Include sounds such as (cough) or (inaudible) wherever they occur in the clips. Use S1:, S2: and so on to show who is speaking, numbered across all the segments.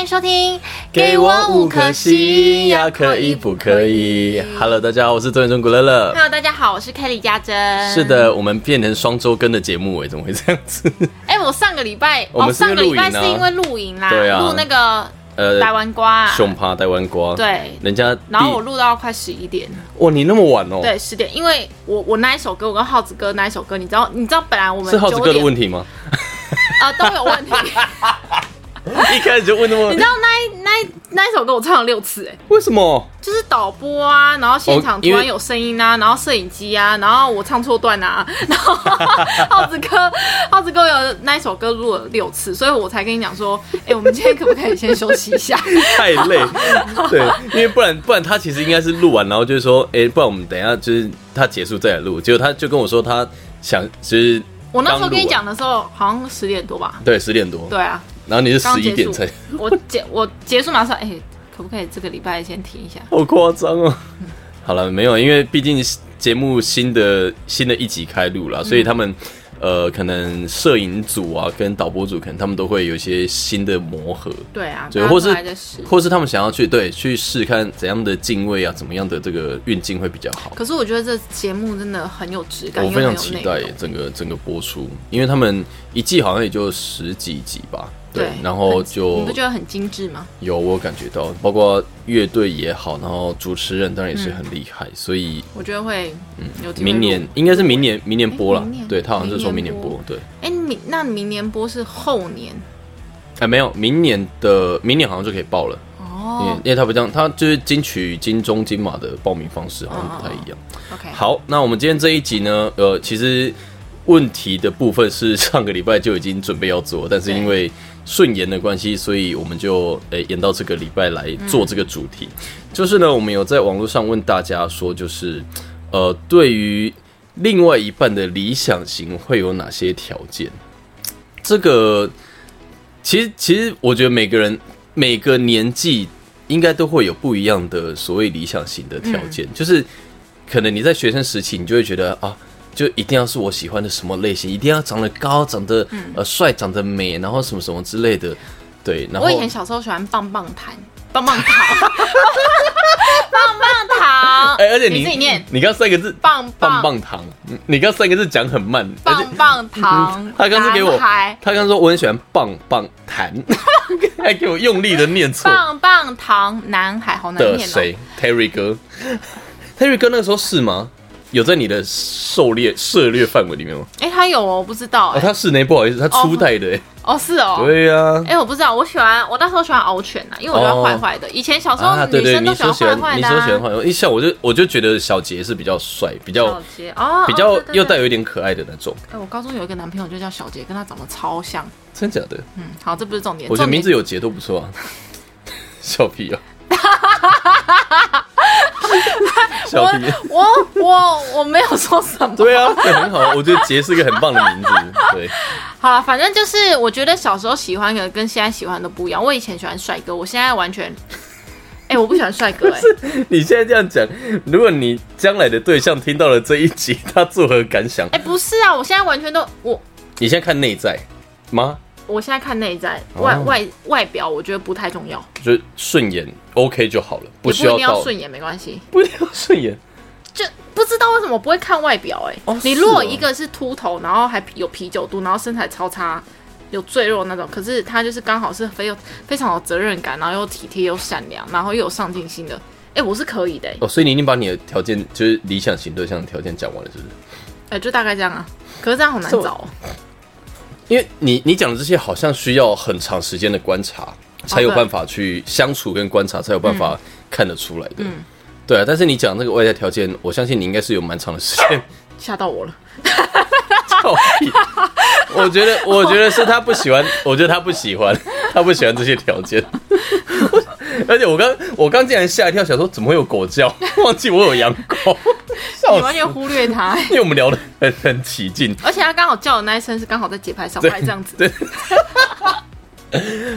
S1: 迎收听，
S2: 给我五颗星呀，可以不可以？Hello，大家好，我是周元中古乐乐。
S1: Hello，大家好，我是 Kelly 家珍。
S2: 是，的，我们变成双周更的节目哎，怎么会这样
S1: (laughs)
S2: 子？
S1: 哎、我上个礼拜，
S2: 我们是因
S1: 上
S2: 为
S1: 个礼拜是
S2: 露营啊
S1: 因为露营啦，
S2: 对啊
S1: 录那个
S2: 呃
S1: 台湾瓜、啊，
S2: 熊趴带弯瓜，
S1: 对
S2: 人家第
S1: 然后我录到快十一点，
S2: 哇，你那么晚哦，
S1: 对，十点，因为我我那一首歌，我跟浩子哥那一首歌，你知道，你知道本来我们
S2: 是耗子哥的问
S1: 题，
S2: 题吗？ (laughs)
S1: 呃，都有问题。
S2: 一开始就问那么
S1: 你知，道那一那一那一首歌我唱了六次、哎，
S2: 为什么？
S1: 就是导播啊，然后现场
S2: 哦
S1: 突
S2: 因为
S1: 然有声音啊，然后摄影机啊，然后我唱错段啊， (laughs) 然后浩子哥， (laughs) 浩子哥有那一首歌录了六次，所以我才跟你讲说， (laughs) 哎、我们今天可不可以先休息一
S2: (laughs)
S1: 下？
S2: 太累，对，因为不然不然他其实应该是录完，然后就是说，哎、不然我们等一下就是他结束再来录，结果他就跟我说他想就是
S1: 我那时候
S2: 刚录
S1: 跟你
S2: 完
S1: 讲的时候，好像十点多吧？
S2: 对十点多，
S1: 对啊，
S2: 然后你是
S1: 刚
S2: 十一
S1: 结
S2: 点
S1: 束
S2: 才，。
S1: 我结我结束马上，哎、可不可以这个礼拜先停一下？
S2: (laughs) 好夸张哦！好了，没有，因为毕竟节目新的新的一集开
S1: 嗯
S2: 录了，所以他们、呃，可能摄影组啊跟导播组，可能他们都会有一些新的磨合，
S1: 对啊，
S2: 对，
S1: 大家
S2: 或
S1: 都还在试
S2: 是或是他们想要去对去试看怎样的敬位啊，怎么样的这个运镜会比较好。
S1: 可是我觉得这节目真的很有质感，
S2: 我非
S1: 又
S2: 常
S1: 很有
S2: 期
S1: 内
S2: 待
S1: 容
S2: 耶整个整个播出，因为他们一季好像也就十几集吧，
S1: 对，
S2: 然后
S1: 很
S2: 就
S1: 你不觉得很精致吗？
S2: 有我有感觉到，包括乐队也好，然后主持人当然也是很厉害，所以
S1: 我觉得会，嗯，有机会
S2: 明年
S1: 录。
S2: 应该是明年，明年播了
S1: 诶哎明。年
S2: 对他好像是说明年
S1: 明
S2: 播
S1: 年，
S2: 对，
S1: 哎，明那明年播是后年
S2: 哎没有，明年的明年好像就可以报了，因为
S1: 哦。
S2: 因为他不这样，他就是金曲、金钟、金马的报名方式好像不太一样。
S1: OK，
S2: 好，那我们今天这一集呢，呃，其实问题的部分是上个礼拜就已经准备要做，但是因为顺延的关系，所以我们就呃、延到这个礼拜来做这个主题。就是呢，我们有在网络上问大家说，就是呃，对于另外一半的理想型会有哪些条件？这个其实其实我觉得每个人每个年纪应该都会有不一样的所谓理想型的条件，
S1: 嗯
S2: 就是可能你在学生时期，你就会觉得啊，就一定要是我喜欢的什么类型，一定要长得高、长得
S1: 嗯
S2: 呃帅、长得美，然后什么什么之类的。对，然后
S1: 我以前小时候喜欢棒棒糖，棒棒糖， (laughs) 棒棒糖。
S2: 哎、而且你
S1: 你自己念
S2: 你刚三个字
S1: 棒
S2: 棒
S1: 棒
S2: 棒糖，嗯你刚三个字讲很慢，而且
S1: 棒棒糖。
S2: 嗯他刚是给我，
S1: 男孩
S2: 他刚说我很喜欢棒棒
S1: (laughs)
S2: 糖，还给我用力的念错
S1: 棒棒糖男孩，好难
S2: 的
S1: 念
S2: 谁
S1: 哦。
S2: ？Terry 哥 (laughs) ，Terry 哥那个时候是吗？有在你的狩猎涉猎范围里面吗？
S1: 哎，他有哦，我不知道
S2: 哦，
S1: 哎。
S2: 他是呢，不好意思，他初代的欸，
S1: 哦，是哦。
S2: 对啊呀、
S1: 哎、我不知道，我喜欢，我那时候喜欢獒犬啊呐、因为我觉得坏坏的。以前哎小时候
S2: 哦啊，对
S1: 女
S2: 对，
S1: 生
S2: 你
S1: 都
S2: 说喜
S1: 欢
S2: 欢
S1: 坏，坏
S2: 你
S1: 的、
S2: 说
S1: 啊
S2: 喜欢坏坏，一像我就我就觉得小杰是比较帅，比较
S1: 小杰哦，
S2: 比较
S1: 哦对对
S2: 又带
S1: 对
S2: 有一点可爱的那种，
S1: 哎、我高中有一个男朋友就叫小杰，跟他长得超像。
S2: 真假的？
S1: 嗯，好，这不是重点，
S2: 我觉得
S1: 重
S2: 名
S1: 点
S2: 字有杰都不错啊，笑
S1: (laughs)
S2: 屁啊！笑屁！
S1: 我我我我没有说什么。 (laughs)
S2: 对啊，对，很好，我觉得杰是一个很棒的名字。对，
S1: 好了，反正就是我觉得小时候喜欢的跟现在喜欢的不一样。我以前喜欢帅哥，我现在完全，哎、我不喜欢帅哥、
S2: (laughs)
S1: 哎，
S2: 你现在这样讲，如果你将来的对象听到了这一集，他作何感想？
S1: 哎、不是啊，我现在完全都我。
S2: 你现在看内在吗？
S1: 我现在看内在外、
S2: 哦
S1: 外外表，我觉得不太重要，
S2: 就是顺眼 OK 就好了，不需
S1: 也不一定要
S2: 到
S1: 顺眼，没关系。
S2: 不一定要顺眼。
S1: 就不知道为什么不会看外表哎、
S2: 哦
S1: 你
S2: 是
S1: 如果
S2: 哦
S1: 一个是秃头，然后还有啤酒肚，然后身材超差，有赘肉那种，可是他就是刚好是非有非常有责任感，然后又体贴又善良，然后又有上进心的。哎、我是可以的、欸，
S2: 哦，所以你已经把你的条件，就是理想型对象的条件讲完了，是不是？
S1: 哎、就大概这样啊。可是这样好难
S2: 是我
S1: 找、哦，
S2: 因为你你讲的这些好像需要很长时间的观察，才有
S1: 对
S2: 办法去相处跟观察，才有办
S1: 嗯
S2: 法看得出来的。对啊，但是你讲那个外在条件，我相信你应该是有蛮长的时间。
S1: 吓到我了。
S2: 臭屁 (laughs) 我觉得，我觉得是他不喜欢，我觉得他不喜欢，他不喜欢这些条件。而且我刚我刚竟然吓一跳，想说怎么会有狗叫，忘记我有养狗，
S1: 你
S2: 笑
S1: 完
S2: 死！
S1: 全忽略他、
S2: (laughs)
S1: 欸，
S2: 因为我们聊得很很起劲，
S1: 而且他刚好叫的那一声是刚好在节拍上，我
S2: 对
S1: 还这样子。
S2: 对。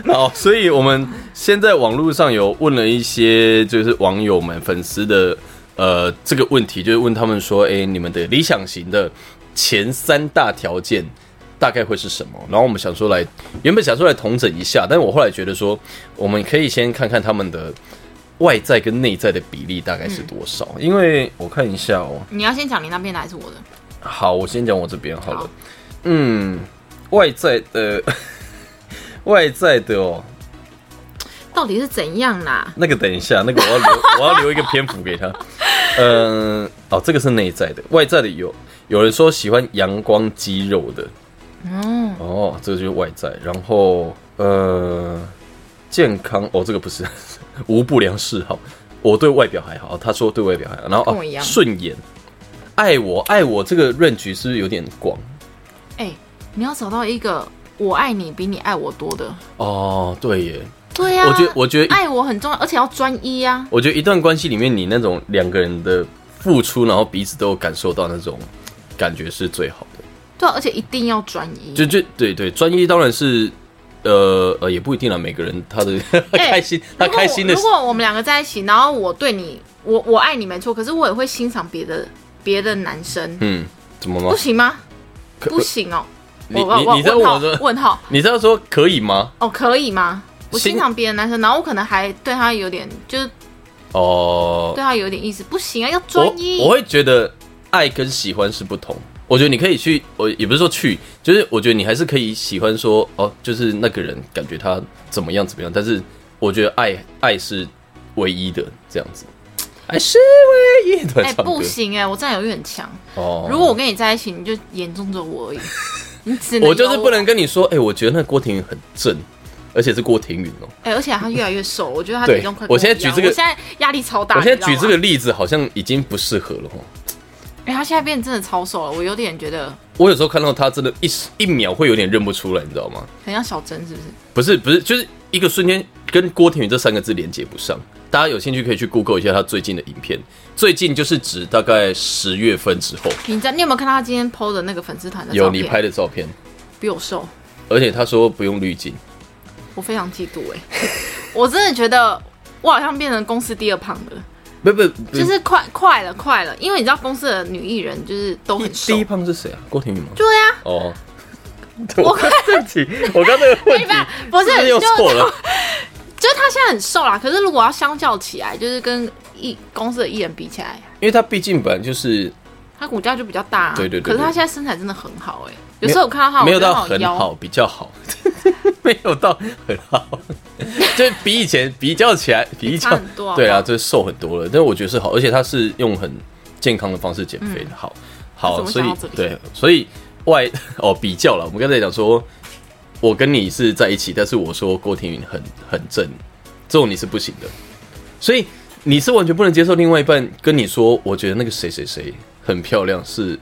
S2: (laughs) 好，所以我们现在网络上有问了一些，就是网友们、粉丝的呃这个问题，就是问他们说，哎、你们的理想型的前三大条件大概会是什么。然后我们想说来，原本想说来统整一下，但是我后来觉得说，我们可以先看看他们的外在跟内在的比例大概是多少，因为我看一下哦。
S1: 你要先讲你那边的还是我的？
S2: 好，我先讲我这边好了。
S1: 好
S2: 嗯，外在的 (laughs) 外在的哦，
S1: 到底是怎样啦？
S2: 那个等一下，那个我
S1: (laughs)
S2: 要留，我要留一个篇幅给他。嗯、哦，这个是内在的，外在的有有人说喜欢阳光肌肉的，
S1: 嗯，
S2: 哦，这个就是外在。然后呃，健康哦，这个不是 (laughs) 无不良嗜好。我对外表还好，哦他说对外表还好。然后
S1: 跟我一
S2: 哦
S1: 样
S2: 顺眼，爱我爱我这个 range 是不是有点广？
S1: 哎、你要找到一个我爱你比你爱我多的。
S2: 哦，对耶，
S1: 对呀、
S2: 我觉得我觉得一
S1: 爱我很重要，而且要专一啊呀、
S2: 我觉得一段关系里面，你那种两个人的付出，然后彼此都有感受到那种感觉是最好的。
S1: 对啊、而且一定要专一。
S2: 就就对对，专一当然是，呃呃，也不一定啦，每个人他的
S1: 哎
S2: (laughs) 开心，他
S1: 如果
S2: 开心的
S1: 如果我们两个在一起，然后我对你，我我爱你没错，可是我也会欣赏别的别的男生，
S2: 嗯，怎么
S1: 不
S2: 了？
S1: 行吗？
S2: 可
S1: 不行哦。
S2: 你
S1: 我
S2: 你
S1: 我
S2: 你在问
S1: 问号
S2: 我说
S1: 问号
S2: 你这样说可以吗？
S1: 哦，可以吗？我
S2: 欣
S1: 欣赏别的男生，然后我可能还对他有点，就是
S2: 哦、
S1: 对他有点意思，不行啊，要专
S2: 我
S1: 一。
S2: 我会觉得爱跟喜欢是不同。我觉得你可以去，我也不是说去，就是我觉得你还是可以喜欢说哦，就是那个人感觉他怎么样怎么样，但是我觉得爱爱是唯一的这样子，爱是唯一的
S1: 哎、
S2: 唱歌、
S1: 不行哎、我占有欲很强。
S2: 哦。
S1: 如果我跟你在一起，你就眼中只有我而
S2: (laughs)
S1: 已，你只能
S2: 我就是
S1: 有
S2: 不能跟你说，哎、我觉得那郭婷云很正，而且是郭婷云哦、
S1: 哎、而且他越来越瘦，我觉得他
S2: 对
S1: 体重快跟
S2: 我现在
S1: 一样
S2: 举这个
S1: 我现在压力超大。
S2: 我现在
S1: 你
S2: 举
S1: 知
S2: 这
S1: 道吗
S2: 个，例子好像已经不适合了哦。
S1: 哎、他现在变得真的超瘦了，我有点觉得
S2: 我有时候看到他真的一时一秒会有点认不出来，你知道吗？
S1: 很像小珍，是不是？
S2: 不是不是，就是一个瞬间跟郭天宇这三个字连接不上。大家有兴趣可以去 Google 一下他最近的影片，最近就是指大概十月份之后
S1: 你在你有没有看到他今天 PO 的那个粉丝团的
S2: 有
S1: 照
S2: 你
S1: 片？
S2: 拍的照片，
S1: 比我瘦，
S2: 而且他说不用滤镜，
S1: 我非常嫉妒哎、我真的觉得我好像变成公司第二胖的了，
S2: 不不，不
S1: 就是快快了快了，因为你知道公司的女艺人就是都很瘦
S2: 第一。胖是谁啊？郭天宇吗？
S1: 对呀、啊，
S2: 哦， (laughs) 我刚这题，我刚这个
S1: 没
S2: 问题
S1: 办法，不是
S2: 是不是
S1: 就
S2: 又错了？
S1: 就是她现在很瘦啦，可是如果要相较起来，就是跟艺公司的艺人比起来，
S2: 因为他毕竟本来就是
S1: 她骨架就比较大、啊。
S2: 对对对对
S1: 可是她现在身材真的很好哎、有时候我看到她，
S2: 没有
S1: 我觉得
S2: 到
S1: 她有
S2: 很
S1: 腰
S2: 好，比较好， (laughs) 没有到很好， (laughs) 就是比以前比较起来，比较
S1: 差很多好不好
S2: 对啊，就是瘦很多了。但是我觉得是好，而且他是用很健康的方式减肥的，好好，
S1: 嗯怎么
S2: 所以
S1: 讲到这里
S2: 对，所以外 (laughs) 哦比较了，我们刚才讲说，我跟你是在一起，但是我说郭婷云很很正，这种你是不行的，所以你是完全不能接受另外一半跟你说，我觉得那个谁谁谁很漂亮是。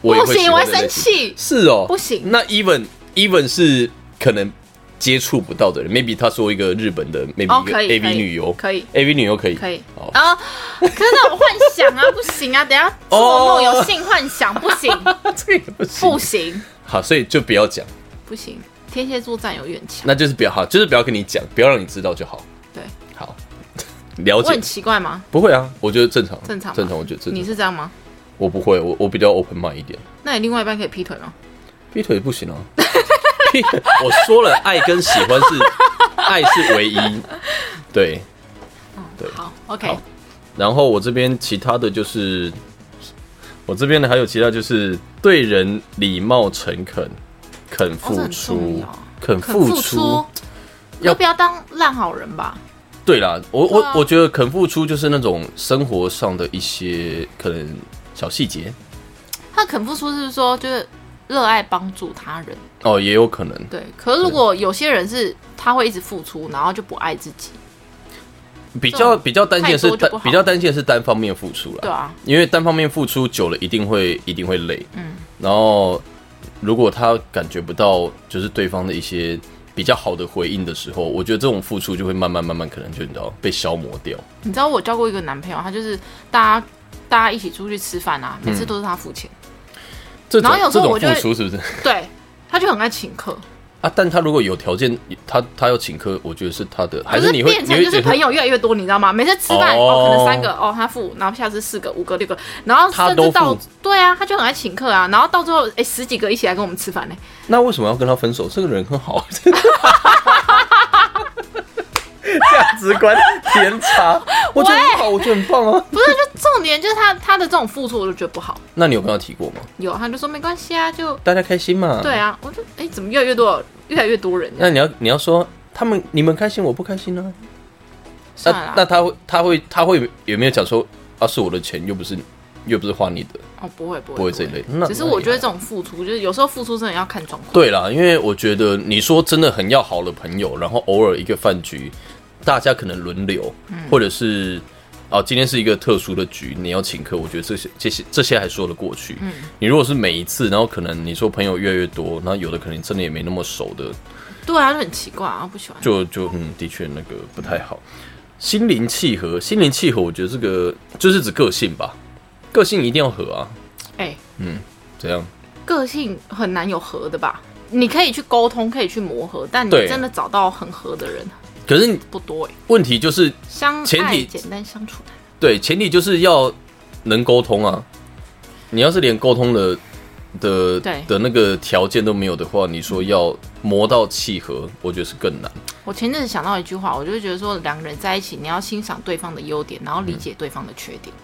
S2: 我也
S1: 不
S2: 会喜
S1: 行，我
S2: 欢
S1: 会
S2: 的类
S1: 生
S2: 型
S1: 气。
S2: 是哦，
S1: 不行
S2: 那 even even 是可能接触不到的人，maybe 他说一个日本的
S1: 哦
S2: ，maybe 一个
S1: 可以
S2: AV
S1: 可以
S2: 女优，
S1: 可以
S2: AV 女优可以，
S1: 可以
S2: 哦， (laughs)
S1: 啊，可是那种幻想啊， (laughs) 不行啊！等一下做梦有性幻想，不行，
S2: (laughs) 这个也不行
S1: 不。行，
S2: 好，所以就不要讲，
S1: 不行。天蝎座占有欲很强，
S2: 那就是不要好，就是不要跟你讲，不要让你知道就好。
S1: 对，
S2: 好， (laughs) 了
S1: 我很
S2: 解。
S1: 奇怪吗？
S2: 不会啊，我觉得正常，
S1: 正常吗
S2: 正常，我觉得正
S1: 你
S2: 常。
S1: 是这样吗？
S2: 我不会，我我比较 open mind 一点。
S1: 那你另外一半可以劈腿吗？
S2: 劈腿不行啊！ (laughs) 劈腿我说了，爱跟喜欢是爱是唯一，对。对
S1: 好，OK
S2: 好。然后我这边其他的就是，我这边呢还有其他就是对人礼貌诚恳，
S1: 哦
S2: 肯
S1: 这
S2: 付
S1: 很重
S2: 出，
S1: 要
S2: 肯
S1: 肯
S2: 付
S1: 付出，
S2: 要
S1: 要不要当烂好人吧？
S2: 对啦，我我、
S1: 对啊
S2: 我觉得肯付出就是那种生活上的一些可能小细节
S1: 他肯付出是说就是热爱帮助他人，
S2: 哦，也有可能
S1: 对。可是如果有些人是他会一直付出，然后就不爱自己，
S2: 比较比较担心的
S1: 太
S2: 是
S1: 多就
S2: 单
S1: 不好
S2: 比较担心的是单方面付出啦。
S1: 对啊，
S2: 因为单方面付出久了，一定会一定会累。嗯，然后如果他感觉不到就是对方的一些比较好的回应的时候，我觉得这种付出就会慢慢慢慢可能就你知道被消磨掉。
S1: 你知道我交过一个男朋友，他就是大家大家一起出去吃饭啊，
S2: 嗯
S1: 每次都是他付钱，
S2: 这种
S1: 然后有时
S2: 这
S1: 候
S2: 种
S1: 我就会
S2: 付出是不是？
S1: 对，他就很爱请客，
S2: 啊，但他如果有条件，他他要请客，我觉得是他的，还
S1: 可是
S2: 你会
S1: 变
S2: 你
S1: 成
S2: 会
S1: 就是
S2: 觉
S1: 朋
S2: 得
S1: 友越来越多，你知道吗？每次吃饭
S2: 哦
S1: 哦，可能三个哦，他付，然后下次四个、五个、六个，然后
S2: 他
S1: 甚
S2: 都
S1: 至
S2: 付
S1: 到对啊，他就很爱请客啊，然后到最后哎十几个一起来跟我们吃饭呢，
S2: 那为什么要跟他分手？这个人很好， (laughs) 价值观偏
S1: (laughs)
S2: 差，我觉得很好，我觉得很棒啊。
S1: 不是，就重点就是他他的这种付出，我就觉得不好。
S2: 那你有跟他提过吗？
S1: 有，他就说没关系啊，就
S2: 大家开心嘛？
S1: 对。啊，我就哎怎么越来越多越来越多人啊这样，
S2: 那你要你要说他们你们开心，我不开心呢、
S1: 算
S2: 那
S1: 了
S2: 那
S1: 啦，
S2: 他会他会他会有没有讲说啊是我的钱，又不是又不是花你的？
S1: 哦不会不会
S2: 不会这一类那
S1: 只是
S2: 那
S1: 我
S2: 也
S1: 觉得
S2: 还
S1: 这种付出就是有时候付出真的要看状况。
S2: 对啦，因为我觉得你说真的很要好的朋友，然后偶尔一个饭局，大家可能轮流，
S1: 嗯
S2: 或者是哦、今天是一个特殊的局，你要请客，我觉得这些这些这些还说得过去。嗯，你如果是每一次，然后可能你说朋友越来越多，然后有的可能真的也没那么熟的，
S1: 对啊，就很奇怪啊，不喜欢。
S2: 就就嗯，的确那个不太好。心灵契合，心灵契合，我觉得这个就是指个性吧，个性一定要合啊，
S1: 哎、
S2: 怎样？
S1: 个性很难有合的吧？你可以去沟通，可以去磨合，但你
S2: 对
S1: 真的找到很合的人
S2: 可是
S1: 不多哎、
S2: 问题就是
S1: 相
S2: 前
S1: 爱
S2: 提
S1: 简单相处难，
S2: 对，前提就是要能沟通啊。你要是连沟通的的
S1: 对
S2: 的那个条件都没有的话，你说要磨到契合，我觉得是更难。
S1: 我前阵子想到一句话，我就觉得说，两个人在一起，你要欣赏对方的优点，然后理解对方的缺点。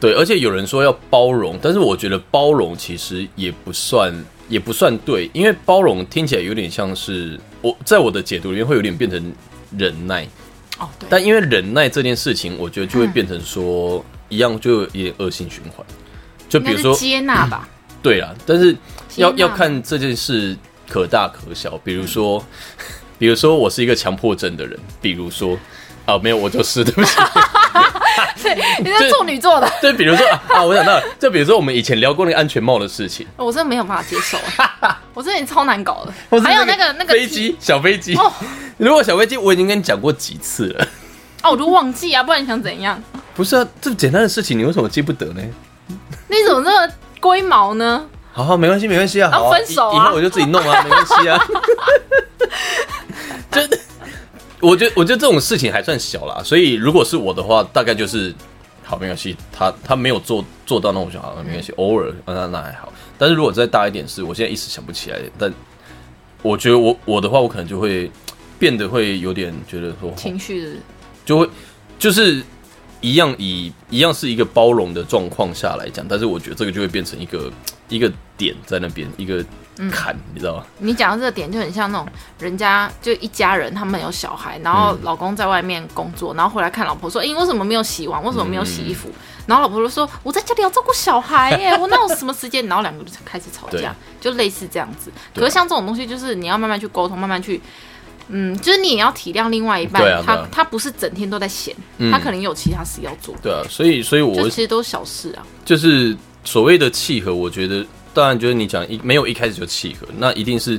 S2: 对，而且有人说要包容，但是我觉得包容其实也不算，也不算对，因为包容听起来有点像是我在我的解读里面会有点变成忍耐，
S1: 哦，对，
S2: 嗯但因为忍耐这件事情，我觉得就会变成说、一样就有点恶性循环。就
S1: 应
S2: 比
S1: 该
S2: 如说
S1: 是，接纳
S2: (laughs)
S1: 吧。
S2: 对啦，但是
S1: 接纳
S2: 要要看这件事可大可小。比如说， (laughs) 比如说我是一个强迫症的人，比如说啊，没有，我就是对不起。 (laughs)
S1: 对，你是处女座的，
S2: 对，比如说啊啊，我想到了，就比如说我们以前聊过那个安全帽的事情，
S1: 我真的没有办法接
S2: (laughs)
S1: 受，我真的超难搞的
S2: 或。是
S1: 还有那个那个
S2: 飞机小飞机。
S1: 哦
S2: 如果小飞机，我已经跟你讲过几次了。
S1: 哦，我就忘记啊，不然你想怎样？
S2: 不是啊，这么简单的事情，你为什么记不得呢？
S1: 你怎么这么龟毛呢？
S2: 好好，没关系，没关系啊，
S1: 啊
S2: 好啊
S1: 分手啊
S2: 以以后我就自己弄
S1: (laughs)
S2: 啊，没关系啊。 (laughs) 就我觉得，我觉得这种事情还算小啦，所以如果是我的话，大概就是好，没关系，他他没有做做到那我想好，没关系，偶尔啊那那还好。但是如果再大一点是，我现在一时想不起来，但我觉得我我的话，我可能就会变得会有点觉得说，
S1: 情绪是不是
S2: 就会就是一样以一样是一个包容的状况下来讲，但是我觉得这个就会变成一个一个点在那边一个坎，
S1: 嗯
S2: 你知道吗？
S1: 你讲到这个点，就很像那种人家就一家人，他们有小孩，然后老公在外面工作，然后回来看老婆说：“哎、你为什么没有洗碗？为什么没有洗衣
S2: 嗯
S1: 服？”然后老婆就说：“我在家里要照顾小孩
S2: (laughs)
S1: 耶，我哪有什么时间？”然后两个就开始吵
S2: 对
S1: 架，就类似这样子。
S2: 对
S1: 可是像这种东西，就是你要慢慢去沟通，慢慢去。嗯，就是你也要体谅另外一半，
S2: 对啊对
S1: 他
S2: 啊
S1: 他不是整天都在闲，他可能有其他事要做，
S2: 对啊，所以所以我
S1: 就其实都是小事啊。
S2: 就是所谓的契合，我觉得当然就是你讲一没有一开始就契合，那一定是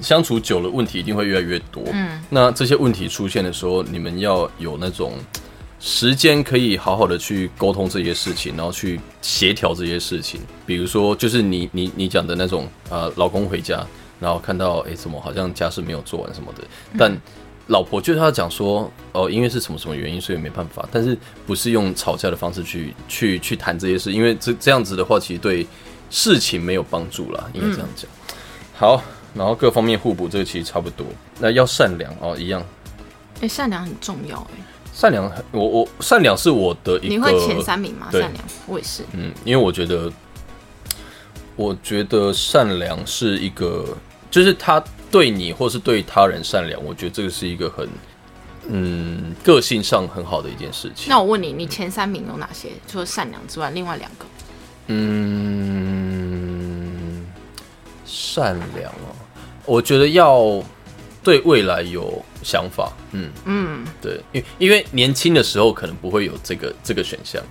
S2: 相处久了问题一定会越来越多。嗯，那这些问题出现的时候，你们要有那种时间可以好好的去沟通这些事情，然后去协调这些事情。比如说，就是你你你讲的那种呃，老公回家，然后看到诶怎么好像家事没有做完什么的，但。老婆就是要讲说，哦，因为是什么什么原因，所以没办法。但是不是用吵架的方式去去去谈这些事，因为这这样子的话，其实对事情没有帮助啦，应该这样讲。好，然后各方面互补，这个其实差不多。那要善良哦，一样。
S1: 哎、善良很重要哎、
S2: 善良，我我善良是我的一个，
S1: 你会前三名吗？
S2: 对
S1: 善良，我也是。
S2: 嗯，因为我觉得，我觉得善良是一个，就是他对你或是对他人善良，我觉得这个是一个很，嗯，个性上很好的一件事情。
S1: 那我问你，你前三名有哪些？除了善良之外，另外两个
S2: 嗯，善良哦，我觉得要对未来有想法。嗯嗯，对，因为因为年轻的时候可能不会有这个这个选项，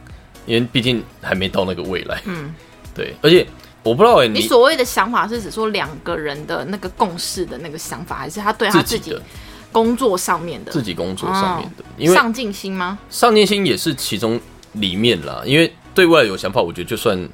S2: 因为毕竟还没到那个未来。嗯， (laughs) 对，而且我不知道哎、
S1: 你
S2: 你
S1: 所谓的想法是指说两个人的那个共识的那个想法，还是他对他自
S2: 自己
S1: 己
S2: 的
S1: 工作上面的
S2: 自己工作上面的，
S1: 哦
S2: 因为嗯
S1: 上进心吗？
S2: 上进心也是其中里面啦。因为对未来有想法，我觉得就算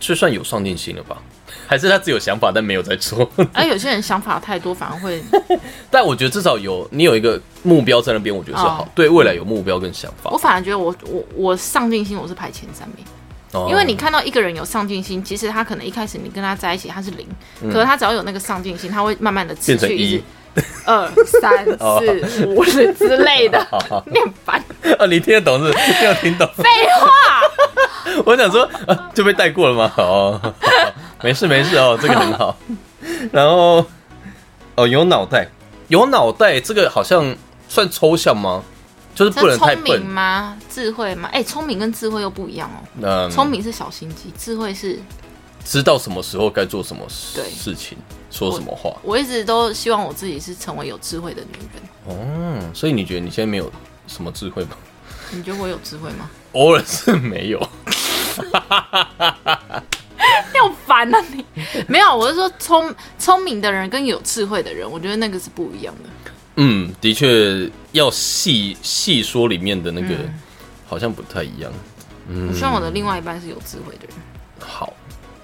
S2: 就算有上进心了吧。 (laughs) 还是他只有想法但没有在做？ (laughs)
S1: 而哎有些人想法太多，反而会 (laughs)
S2: 但我觉得至少有你有一个目标在那边，我觉得是好，
S1: 哦
S2: 对未来有目标跟想法
S1: 我。反而觉得我我我上进心我是排前三名，
S2: 哦
S1: 因为你看到一个人有上进心，其实他可能一开始你跟他在一起他是零，可是他只要有那个上进心，他会慢慢的持
S2: 嗯变成
S1: 续一
S2: 一 (laughs) 哦
S1: 直。二三四五之类
S2: (laughs)
S1: 的，念烦
S2: 啊，你听得懂是？ (laughs) 你有听懂？
S1: 废话，
S2: 我想说、啊、就被带过了吗？哦， (laughs) 好没事没事哦，这个很好。然后哦，有脑袋，有脑袋，这个好像算抽象吗？就是不
S1: 这
S2: 能太
S1: 聪
S2: 笨
S1: 明。吗？智慧吗？哎，聪明跟智慧又不一样哦。
S2: 嗯，
S1: 聪明是小心机，智慧是
S2: 知道什么时候该做什么
S1: 对
S2: 事情，说什么话。
S1: 我一直都希望我自己是成为有智慧的女人。
S2: 哦，所以你觉得你现在没有什么智慧吗？ (laughs)
S1: 你觉得我有智慧吗？
S2: 偶尔是没有。
S1: (laughs) 你好烦啊你！ (laughs) 没有，我是说聪聪明的人跟有智慧的人，我觉得那个是不一样的。
S2: 嗯，的确要细细说里面的那个、
S1: 嗯
S2: 好像不太一样。嗯
S1: 我希望我的另外一半是有智慧的人，
S2: 好，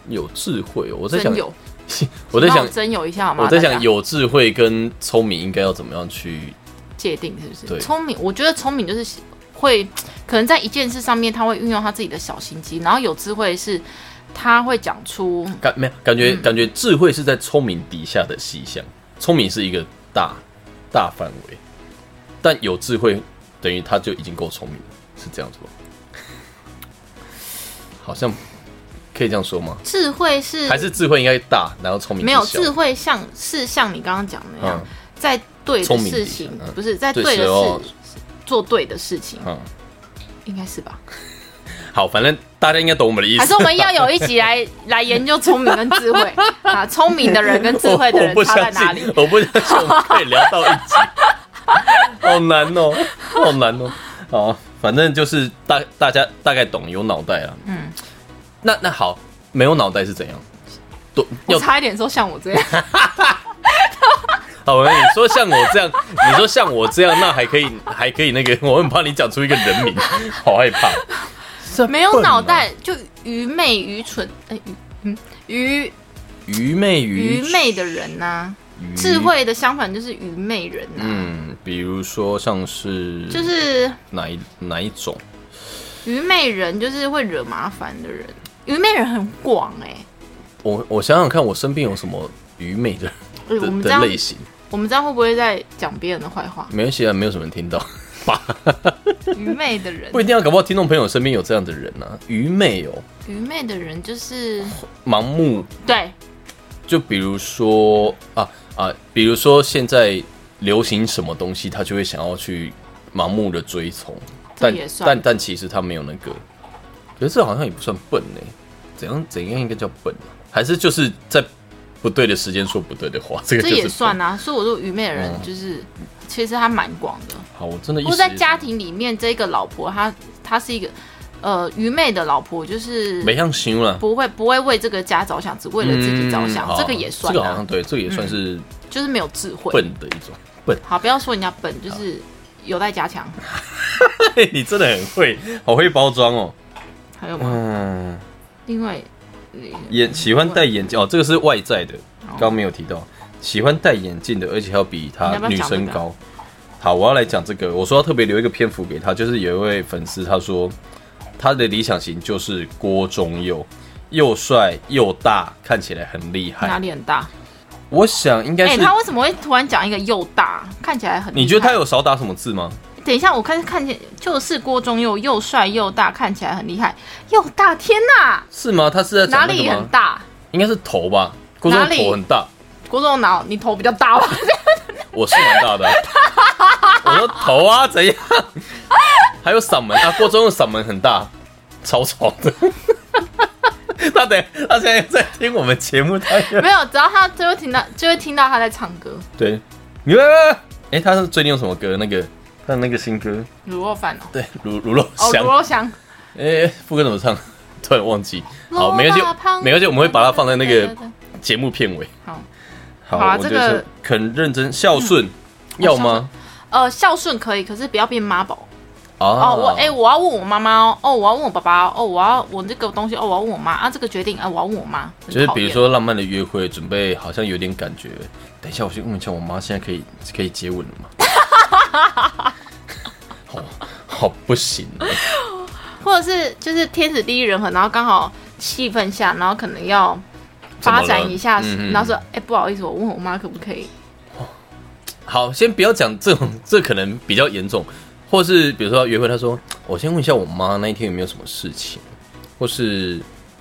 S2: 有智慧、哦，我在想
S1: 真，有。
S2: (laughs) 我在
S1: 帮
S2: 想
S1: 我，真有一下好吗？
S2: 我在
S1: 大
S2: 想
S1: 家
S2: 有智慧跟聪明应该要怎么样去
S1: 界定是不是？
S2: 对
S1: 聪明，我觉得聪明就是会可能在一件事上面，他会运用他自己的小心机，然后有智慧是他会讲出
S2: 感没有感
S1: 嗯
S2: 觉、感觉智慧是在聪明底下的细项，聪明是一个大大范围，但有智慧等于他就已经够聪明了，是这样子吗？好像可以这样说吗？
S1: 智慧是
S2: 还是智慧应该大，然后聪明
S1: 嗯没有
S2: 是小
S1: 智慧像是像你刚刚讲的那样，
S2: 嗯
S1: 在对的
S2: 聪明
S1: 事
S2: 底下
S1: 情，
S2: 嗯
S1: 不是在
S2: 对哦
S1: 对的
S2: 时候
S1: 事做对的事情，
S2: 嗯，
S1: 应该是
S2: (laughs)
S1: 吧？
S2: 好，反正大家应该懂我们的意思。
S1: 还是我们要有一集来来研究聪明跟智慧啊？聪明的人跟智慧的
S2: 我我
S1: 人
S2: 不
S1: 差在
S2: 相
S1: 哪里
S2: 信？，我不相信我们可以聊到一
S1: (laughs)
S2: 集，好难哦，好难哦。好，反正就是大大家大概懂有脑袋啊。嗯，那那好，没有脑袋是怎样？对，
S1: 我
S2: 要
S1: 差一点说像我这样，
S2: 好，你说像我这样，你说像我这样，那还可以，还可以那个，我很怕你讲出一个人名，好害怕。
S1: 没有脑袋就愚昧愚蠢，哎、愚嗯愚
S2: 愚昧愚
S1: 愚昧的人呐、
S2: 愚
S1: 智。慧的相反就是愚昧人呐、
S2: 嗯，比如说像是
S1: 就是
S2: 哪一哪一种？
S1: 愚昧人就是会惹麻烦的人。愚昧人很广哎、
S2: 我我想想看，我身边有什么愚昧的
S1: 哎我
S2: 的
S1: 们这
S2: 的
S1: 样
S2: 类型？
S1: 我们这样会不会在讲别人的坏
S2: (laughs)？
S1: 话
S2: 没关系啊，没有什么人听到， (laughs)
S1: 愚昧的人
S2: 不，一定要，搞不好听众朋友身边有这样的人啊，愚昧哦，
S1: 愚昧的人就是
S2: 盲目。
S1: 对
S2: 就比如说啊啊，比如说现在流行什么东西，他就会想要去盲目的追从，
S1: 这
S2: 但
S1: 也算
S2: 但但其实他没有那个，可是这好像也不算笨呢、怎样怎样应该叫笨、啊？还是就是在不对的时间说不嗯对的话，这个
S1: 这
S2: 就是
S1: 也
S2: 笨
S1: 算啊。所以我说愚昧的人就是，其实他蛮广的。
S2: 好，我真的一
S1: 不过
S2: 时
S1: 在家庭里面，这个老婆她她是一个呃愚昧的老婆，就是
S2: 没样形了。
S1: 不会不会为这个家着想，只为了自己着想，
S2: 嗯
S1: 这个也算
S2: 这个好
S1: 啊
S2: 像，对，这个也算是
S1: 就是没有智慧。
S2: 笨的一种笨。 (laughs)
S1: 好，不要说人家笨，就是有待加强。
S2: 嘿，你真的很会，好会包装哦。
S1: 还有吗？
S2: 嗯，
S1: 另外，
S2: 眼喜欢戴眼镜哦，这个是外在的，刚刚没有提到。喜欢戴眼镜的，而且还要比
S1: 你
S2: 他
S1: 要不要
S2: 女
S1: 讲
S2: 生
S1: 这个
S2: 高。好，我要来讲这个，我说要特别留一个篇幅给他，就是有一位粉丝他说，他的理想型就是郭忠佑，又帅又大，看起来很厉
S1: 哪
S2: 害。
S1: 里很大？
S2: 我想应该
S1: 哎、
S2: 是，
S1: 他为什么会突然讲一个又大，看起来很？
S2: 你觉得他？有少打什么字吗？
S1: 等一下，我看看见就是郭忠佑，又帅又大，看起来很厉害，又大，天哪，
S2: 是吗？他是在
S1: 哪
S2: 讲那
S1: 里
S2: 个
S1: 很
S2: 吗？
S1: 大？
S2: 应该是头吧，郭忠佑
S1: 哪里
S2: 头很大。
S1: 郭忠佑脑，你头比较大 (laughs) 吧？
S2: 我是蛮大
S1: (laughs)
S2: 的啊、我说头啊怎样？还有嗓门啊，郭忠佑嗓门很大，超吵的。 (laughs) 他等他现在在听我们节目，他也
S1: 没有，只要他就会听到，就会听到他在唱歌。
S2: 对，你哎、诶他是最近有什么歌？那个他的那个新歌，
S1: 卤肉饭哦，
S2: 对，卤卤肉
S1: 哦，
S2: 香
S1: 卤，肉香，
S2: 哎、副歌怎么唱？ (laughs) 突然忘记。好，没关
S1: 萝卜
S2: 系
S1: 胖，
S2: 没关系，我们会把它放在那
S1: 对对
S2: 个
S1: 对对
S2: 节目片尾。
S1: 好，
S2: 好，
S1: 好啊
S2: 我
S1: 这
S2: 觉得
S1: 个嗯
S2: 是很认真孝顺，要吗？
S1: 呃，孝顺可以，可是不要变妈宝。
S2: 啊
S1: 哦，我哎、我要问我妈妈哦，哦，我要问我爸爸哦，哦我要我这个东西哦，我要问我妈啊，这个决定啊，我要问我妈，很
S2: 就是
S1: 讨
S2: 比如
S1: 厌
S2: 说浪漫的约会，准备好像有点感觉。等一下，我去问一下我妈，现在可以可以接吻了吗？ (laughs) 好好不行啊、
S1: 或者是就是天时地利人和，然后刚好气氛下，然后可能要发展一下，
S2: 怎么了嗯嗯嗯
S1: 然后说哎、不好意思，我问我妈可不可以？
S2: 好，先不要讲这种， (laughs) 这可能比较严重，或是比如说要约会，他说我先问一下我妈那一天有没有什么事情，或是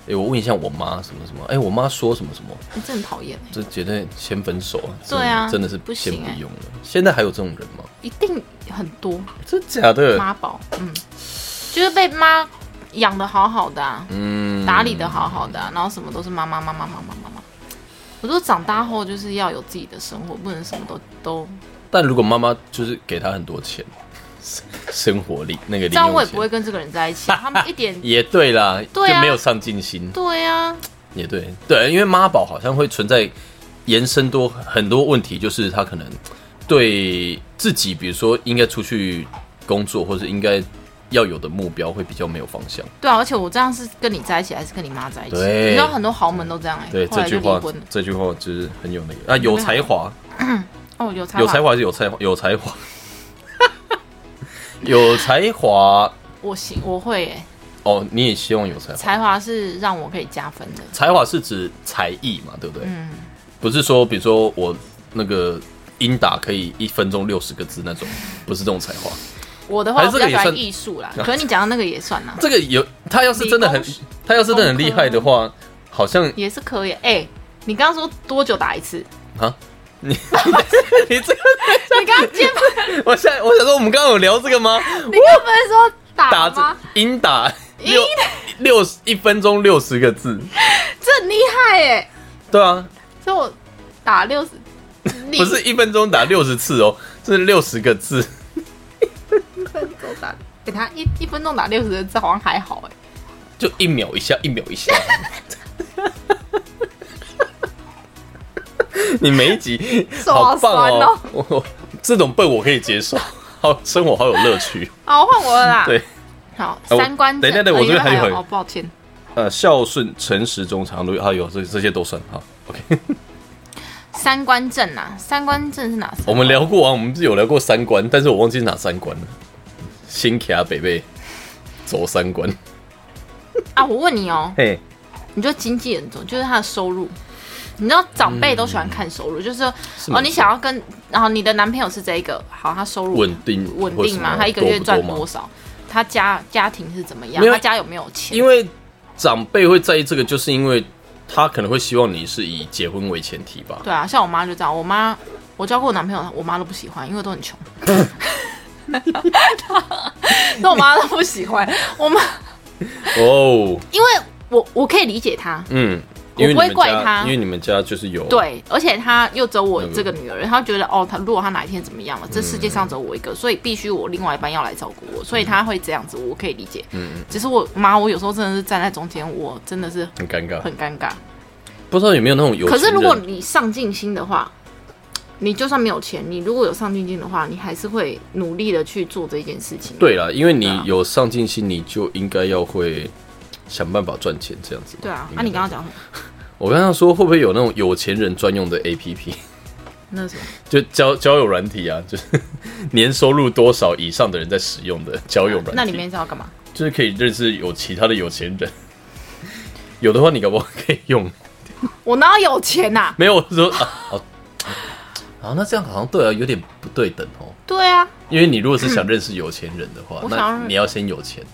S2: 哎、我问一下我妈什么什么，哎、我妈说什么什么，
S1: 你真的很讨厌哎，
S2: 这绝对先分手啊！真的
S1: 对啊
S2: 真的是
S1: 不
S2: 先
S1: 行
S2: 不
S1: 欸
S2: 用了。现在还有这种人吗？
S1: 一定很多
S2: 真假的？
S1: 妈宝，嗯，就是被妈养的好好的、啊，
S2: 嗯
S1: 打理的好好的啊、然后什么都是妈妈妈妈妈妈妈妈。我说长大后就是要有自己的生活，不能什么都都
S2: 但如果妈妈就是给他很多钱，生活力那个零用钱，
S1: 这样我也不会跟这个人在一起，他们一点
S2: 也对啦，
S1: 对啊
S2: 就没有上进心，
S1: 对啊，
S2: 也对对，因为妈宝好像会存在延伸多很多问题，就是他可能对自己，比如说应该出去工作，或是应该要有的目标会比较没有方向。
S1: 对啊，而且我这样是跟你在一起还是跟你妈在一起？
S2: 对
S1: 你知道很多豪门都这样哎、
S2: 对
S1: 后
S2: 这
S1: 来
S2: 句
S1: 就离
S2: 话
S1: 婚了，
S2: 这句话就是很有那个啊，有才华，
S1: 哦，有才
S2: 有才
S1: 华，
S2: 华还是有才华，有才华， (laughs) 有才华
S1: 我行，我会哎、
S2: 哦，你也希望有才华。
S1: 才华是让我可以加分的。
S2: 才华是指才艺嘛，对不对？
S1: 嗯，
S2: 不是说比如说我那个英打可以一分钟六十个字那种，不是这种才华。
S1: 我的话
S2: 还
S1: 我
S2: 是
S1: 比
S2: 这个
S1: 较喜
S2: 也算
S1: 欢艺术
S2: (laughs)
S1: 啦，可是你讲的那个也算啊啦，
S2: 这个有他要是真的很
S1: 理工，
S2: 他要是真的很厉害的话，好像
S1: 也是可以哎、你刚刚说多久打一次？
S2: 啊，你 (laughs) 你这个，
S1: 你刚
S2: (laughs)
S1: 刚肩膀，
S2: 我想我想说，我们刚刚有聊这个吗？
S1: 你刚刚不是说
S2: 打
S1: 打
S2: 字
S1: 吗？
S2: 英打六六十一分钟六十个字，
S1: 这很厉害哎、
S2: 对啊，
S1: 所以我打六十，
S2: (laughs) 不是一分钟打六十次哦，是六十个字。
S1: 一分钟打，给、他一一分钟打六十个字好像还好哎、
S2: 就一秒一下，一秒一下。 (laughs) 你每
S1: (laughs)
S2: 一集
S1: 手
S2: 好
S1: 好
S2: 棒哦
S1: 酸！
S2: 我我这种笨我可以接受，好生活好有乐趣。
S1: 好，换我了啦。
S2: (laughs) 对，呃
S1: 好，
S2: 我
S1: 三观正。
S2: 等一下等一下我这边
S1: 哦原来
S2: 还有
S1: 哦，抱歉。
S2: 呃，孝顺、诚实、忠诚、如啊，有这这些都算好。OK，
S1: 三观正啊，三观正是哪三？
S2: (laughs) 我们聊过啊，我们是有聊过三观，但是我忘记是哪三观了。新卡北北走三观，
S1: 啊，我问你哦，
S2: 嘿，
S1: 你觉得经纪人总就是他的收入，你知道长辈都喜欢看收入，就是说
S2: 嗯是没
S1: 哦，你
S2: 错
S1: 想要跟，然后你的男朋友是这一个，好，他收入
S2: 稳定
S1: 稳
S2: 或什
S1: 定
S2: 么
S1: 吗？他一个
S2: 多
S1: 月
S2: 不
S1: 赚
S2: 多吗
S1: 多少？他家家庭是怎么样？
S2: 没有
S1: 他家有没有钱？
S2: 因为长辈会在意这个，就是因为他可能会希望你是以结婚为前提吧。
S1: 对啊，像我妈就这样，我妈我交过男朋友，我妈都不喜欢，因为都很
S2: (laughs)
S1: 穷。 (laughs) 那我妈都不喜欢，我妈
S2: 哦，
S1: 因为我我可以理解她，
S2: 嗯，
S1: 我
S2: 因为你
S1: 不会
S2: 们
S1: 怪
S2: 家
S1: 他
S2: 因为你们家就是有，
S1: 对，而且她又只有我这个女
S2: 嗯
S1: 儿，她觉得哦，她如果她哪一天怎么样了，这世界上只有我一个，所以必须我另外一半要来照顾我，所以她会这样子，我可以理解。
S2: 嗯，
S1: 只是我妈，我有时候真的是站在中间，我真的是
S2: 很尴尬，
S1: 很尴尬。
S2: 不知道有没有那种有。
S1: 可是如果你上进心的话，你就算没有钱，你如果有上进心的话，你还是会努力的去做这件事情。
S2: 对啦，因为你
S1: 对啊
S2: 有上进心，你就应该要会想办法赚钱，这样子。
S1: 对啊，
S2: 应
S1: 那、
S2: 该
S1: 你刚刚讲什么？
S2: 我刚刚说会不会有那种有钱人专用的 APP，
S1: 那是什么？
S2: (laughs) 就交交友软体啊，就是 (laughs) 年收入多少以上的人在使用的交友软体，
S1: 那里面是要干嘛？
S2: 就是可以认识有其他的有钱人。 (laughs) 有的话，你搞不好可以用。
S1: 我哪有钱呐、
S2: 没有，我说
S1: (laughs)
S2: 啊，哦，啊，那这样好像对啊，有点不对等哦。
S1: 对啊，
S2: 因为你如果是想认识有钱人的话，
S1: 我想
S2: 那
S1: 要
S2: 你要先有钱，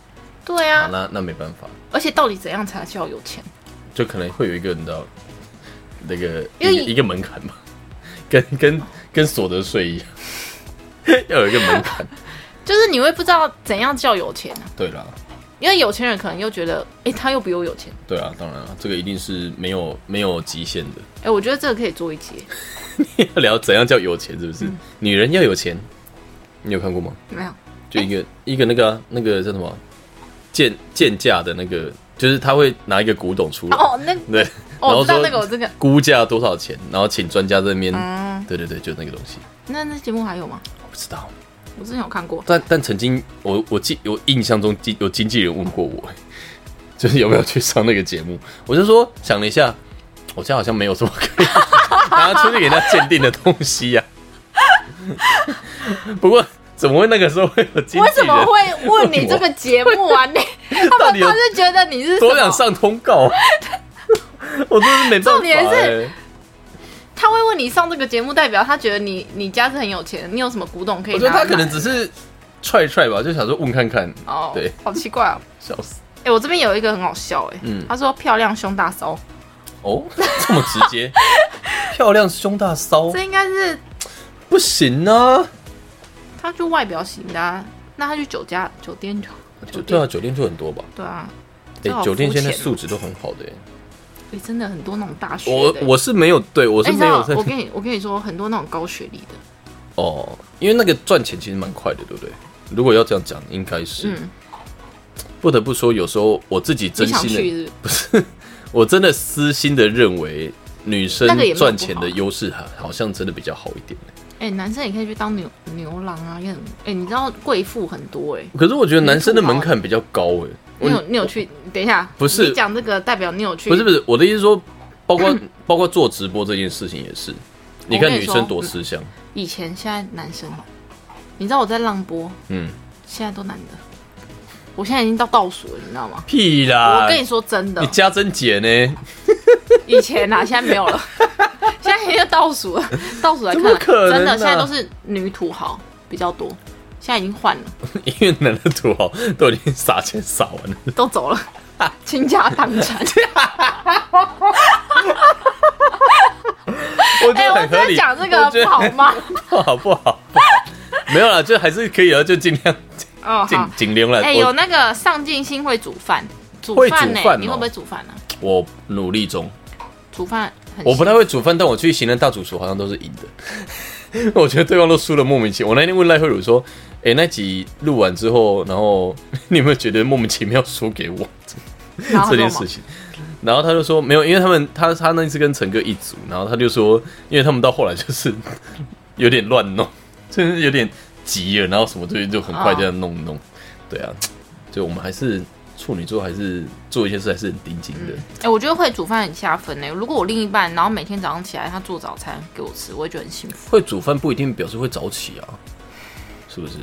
S1: 对
S2: 啊
S1: 啊，，
S2: 那那没办法，
S1: 而且到底怎样才叫有钱？
S2: 就可能会有一个你知道那个
S1: 因为
S2: 一个一个门槛嘛， (laughs) 跟跟跟所得税一样， (laughs) 要有一个门槛。
S1: 就是你会不知道怎样叫有钱、啊，
S2: 对啦，
S1: 因为有钱人可能又觉得，哎、他又比我有钱，
S2: 对啊，当然了，这个一定是没有没有极限的。
S1: 哎、我觉得这个可以做一集，
S2: 要 (laughs) 聊怎样叫有钱，是不
S1: 嗯
S2: 是？女人要有钱，你有看过吗？
S1: 没有？
S2: 就一个、一个那个啊、那个叫什么贱贱价的那个，就是他会拿一个古董出来，
S1: 哦，那
S2: 对，然
S1: 哦，
S2: 后
S1: 我知道
S2: 说
S1: 那个，我这个，
S2: 估价多少钱，然后请专家这边，
S1: 嗯，
S2: 对对对，就那个东西，
S1: 那那节目还有吗？
S2: 我不知道，
S1: 我之前有看过，
S2: 但但曾经我我记我印象中经有经纪人问过我， (laughs) 就是有没有去上那个节目，我就说想了一下，我家好像没有什么可以 (laughs) 拿出去给人家鉴定的东西呀、不过怎么会那个时候会有经纪人？
S1: 为什么会问你这个节目啊？
S2: (laughs)
S1: 你他
S2: 到
S1: 们
S2: 底有
S1: 当时觉得你是什
S2: 多想
S1: 么？
S2: 上通告？啊 (laughs) 我真是没办法、
S1: 重点是
S2: 欸
S1: 他会问你上这个节目，代表他觉得你你家是很有钱，你有什么古董可以
S2: 我
S1: 拿
S2: 觉得
S1: 来买？
S2: 他可能只是踹踹吧，就想说问看看。
S1: 哦，
S2: 对，
S1: 好奇怪哦。
S2: 笑死！
S1: 哎、我这边有一个很好笑哎、
S2: 嗯
S1: 他说漂亮胸大骚，
S2: 哦，这么直接， (laughs) 漂亮胸大骚
S1: 这应该是
S2: 不行啊！
S1: 他就外表型的、啊，那他去酒家酒店就
S2: 就对啊，酒店就很多吧？
S1: 对啊，
S2: 哎、
S1: 这好
S2: 酒店
S1: 肤
S2: 现
S1: 浅
S2: 在
S1: 哦
S2: 素质都很好的、欸。
S1: 哎、真的很多那种大学
S2: 我
S1: 的、
S2: 我是没有，对我
S1: 哎
S2: 是
S1: 你
S2: 没
S1: 知
S2: 有
S1: 道
S2: 在、
S1: 我跟你我跟你说，很多那种高学历的，
S2: (laughs) 哦，因为那个赚钱其实蛮快的，对不对？如果要这样讲，应该是、
S1: 嗯，
S2: 不得不说，有时候我自己
S1: 你
S2: 真
S1: 想
S2: 心
S1: 去
S2: 的，
S1: 是不是
S2: 我真的私心的认为，女生
S1: 那个也没有
S2: 赚钱
S1: 不好
S2: 的优势好好像真的比较好一点、欸
S1: 哎、男生也可以去当牛牛郎啊，也很哎、你知道贵妇很多哎、
S2: 可是我觉得男生的门槛比较高诶、
S1: 你有
S2: 我
S1: 你有去？等一下，
S2: 不是
S1: 你讲这个代表你有去？
S2: 不是不是，我的意思是说，包括包括做直播这件事情也是，你看
S1: 嗯我跟
S2: 女
S1: 你
S2: 生
S1: 说嗯
S2: 多吃香，
S1: 以前，现在男生哦，你知道我在浪波，
S2: 嗯，
S1: 现在都男的，我现在已经到倒数了，你知道吗？
S2: 屁啦
S1: 我，跟你说真的
S2: 你，家珍姐呢？
S1: 以前啊，现在没有
S2: (laughs)
S1: 了，现在已经倒数了，倒数来看
S2: 怎么可能啊
S1: 真的现在都是女土豪比较多，现在已经换了，
S2: 因为男的土豪都已经撒钱撒
S1: (laughs)
S2: 完了，
S1: 都走
S2: (laughs)
S1: 了，倾家荡产。
S2: 啊我
S1: 哎、
S2: 觉得
S1: 我
S2: 很
S1: 真
S2: 合
S1: 的
S2: 理。
S1: 讲这个不好
S2: (laughs)
S1: 吗？
S2: 不好不好， (laughs) 不好没有啦，就还是可以啊，就尽量
S1: 哦，
S2: 尽
S1: 好。
S2: 尽量来。
S1: 哎、有
S2: 我
S1: 那个上进心会煮饭，煮
S2: 会
S1: 饭
S2: 煮
S1: 呢、
S2: 饭
S1: 你
S2: 哦
S1: 会不会煮饭呢、啊？
S2: 我努力中，
S1: 煮饭很
S2: 我不
S1: 辛
S2: 太会煮饭，但我去行人大主厨好像都是赢的。 (laughs) 我觉得对方都输的莫名其妙。我那天问赖慧茹说：“哎、那集录完之后，然后 (laughs) 你有没有觉得莫名其妙输给我
S1: 苦然后他说
S2: 这件
S1: 什
S2: 事
S1: 么
S2: 情？”然后他就说没有，因为他们他他那次跟陈哥一组，然后他就说，因为他们到后来就是有点乱弄， (laughs) 就是有点急了，然后什么东西就很快这样弄一弄。对啊，就我们还是处女座，还是做一些事还是很盯紧的。
S1: 哎、我觉得会煮饭很下分呢、哎如果我另一半，然后每天早上起来他做早餐给我吃，我会觉得很幸福。
S2: 会煮饭不一定表示会早起啊，是不是？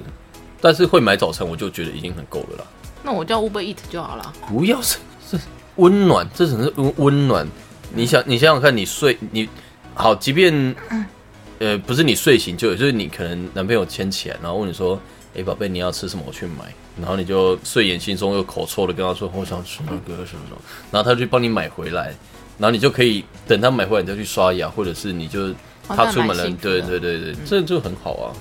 S2: 但是会买早餐，我就觉得已经很够了啦。
S1: 那我叫 Uber Eat 就好了。
S2: 不要是是温暖，这只是温温暖。你想，你想想看，你睡你好，即便呃不是你睡醒就有，就是你可能男朋友牵起来，然后问你说：“哎、宝贝，你要吃什么？我去买。”然后你就睡眼惺忪又口臭的跟他说：“我想吃那个什么什么。”然后他就帮你买回来，然后你就可以等他买回来，你再去刷牙，或者是你就
S1: 哦
S2: 他出
S1: 那
S2: 门
S1: 蛮
S2: 了
S1: 幸，福嗯
S2: 对
S1: 的
S2: 对对对，这就很好啊。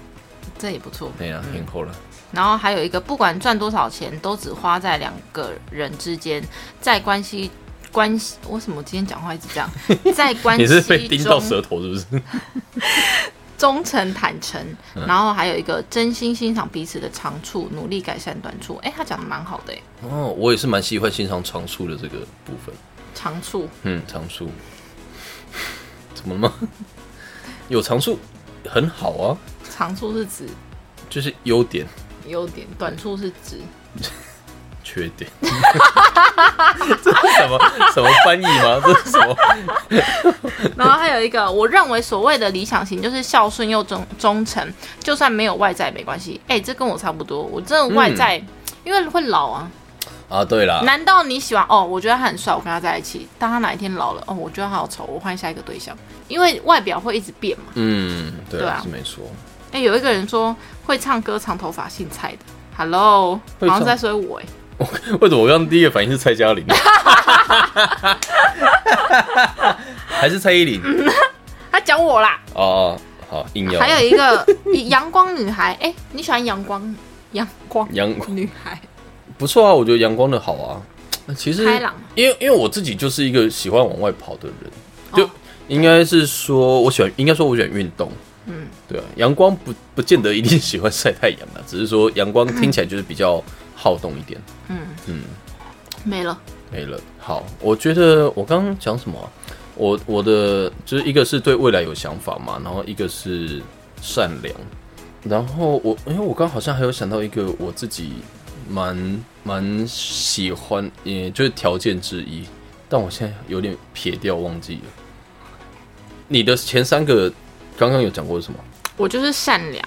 S1: 这也不错。
S2: 对呀、啊，很好了。
S1: 然后还有一个，不管赚多少钱，都只花在两个人之间，在关系关系，为什么我今天讲话一直这
S2: (laughs)
S1: 样？在关
S2: 你是被
S1: 系
S2: 叮到
S1: 中
S2: 舌头是 (laughs) 不是？
S1: 忠诚坦诚，
S2: 嗯
S1: 然后还有一个真心欣赏彼此的长处，努力改善短处。哎，他讲的蛮好的哎，
S2: 哦，我也是蛮喜欢欣赏长处的这个部分。
S1: 长处
S2: 嗯，长处，怎么了吗？ (laughs) 有长处很好啊，
S1: 长处是指
S2: 就是优点、
S1: 优点，短处是
S2: (laughs)
S1: 指
S2: 缺点。 (laughs) 这是什么什么翻译吗？这是什么？
S1: 然后还有一个，我认为所谓的理想型就是孝顺又忠忠诚，就算没有外在也没关系。哎、这跟我差不多，我真的外在、
S2: 嗯
S1: 因为会老啊。
S2: 啊，对啦，
S1: 难道你喜欢哦？我觉得他很帅，我跟他在一起。当他哪一天老了，哦，我觉得他好丑，我换下一个对象，因为外表会一直变嘛。
S2: 嗯，对
S1: 对
S2: 啦，
S1: 啊
S2: 是没错。
S1: 哎、有一个人说会唱歌、长头发、姓蔡的。Hello，好
S2: 会唱
S1: 像在说我哎、
S2: 为什么我刚刚第一个反应是蔡嘉玲？ (laughs) 还是蔡依林？
S1: 他讲我啦。
S2: 哦，好，硬要
S1: 还有一个 (laughs) 阳光女孩，哎、你喜欢阳光阳光
S2: 杨
S1: 女孩？
S2: 不错啊，我觉得阳光的好啊。其实
S1: 开朗
S2: 因为因为我自己就是一个喜欢往外跑的人，就、
S1: 哦
S2: 应该是说我喜欢，应该说我喜欢运动。
S1: 嗯，
S2: 对啊，阳光不不见得一定喜欢晒太阳啊，只是说阳光听起来就是比较好动一点。
S1: 没了。
S2: 没了，好，我觉得我刚刚讲什么啊、我我的就是一个是对未来有想法嘛，然后一个是善良，然后我，因为我刚刚好像还有想到一个我自己蛮蛮喜欢，也就是条件之一，但我现在有点撇掉忘记了。你的前三个刚刚有讲过是什么？
S1: 我就是善良、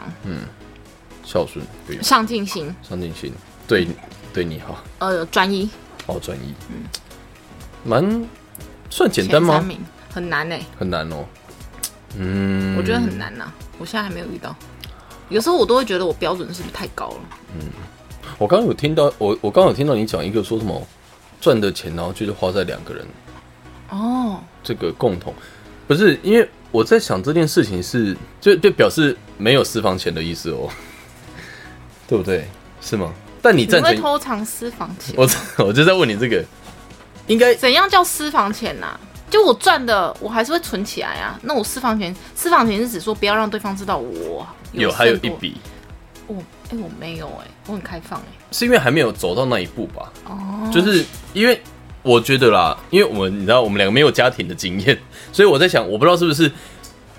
S2: 孝顺，对，
S1: 上进心、
S2: 上进心，对，对你好，
S1: 呃，专一。
S2: 好专一，蛮算简单
S1: 前三
S2: 吗？
S1: 名很难呢、
S2: 很难哦。嗯，
S1: 我觉得很难呐、我现在还没有遇到。有时候我都会觉得我标准是不是太高了？
S2: 我刚刚有听到，我我刚刚有听到你讲一个说什么赚的钱，然后就是花在两个人
S1: 哦，
S2: 这个共同，不是因为我在想这件事情是就就表示没有私房钱的意思哦， (laughs) 对不对？是吗？但你
S1: 你
S2: 赞
S1: 会
S2: 成
S1: 偷藏私房钱？
S2: 我，我就在问你这个，应该
S1: 怎样叫私房钱呐、就我赚的，我还是会存起来啊。那我私房钱，私房钱是指说不要让对方知道我
S2: 有
S1: 剩
S2: 还有一
S1: 多。
S2: 笔，
S1: 我哎、我没有哎、我很开放哎、
S2: 是因为还没有走到那一步吧？
S1: 哦，
S2: 就是因为我觉得啦，因为我们你知道我们两个没有家庭的经验， (laughs) 所以我在想，我不知道是不是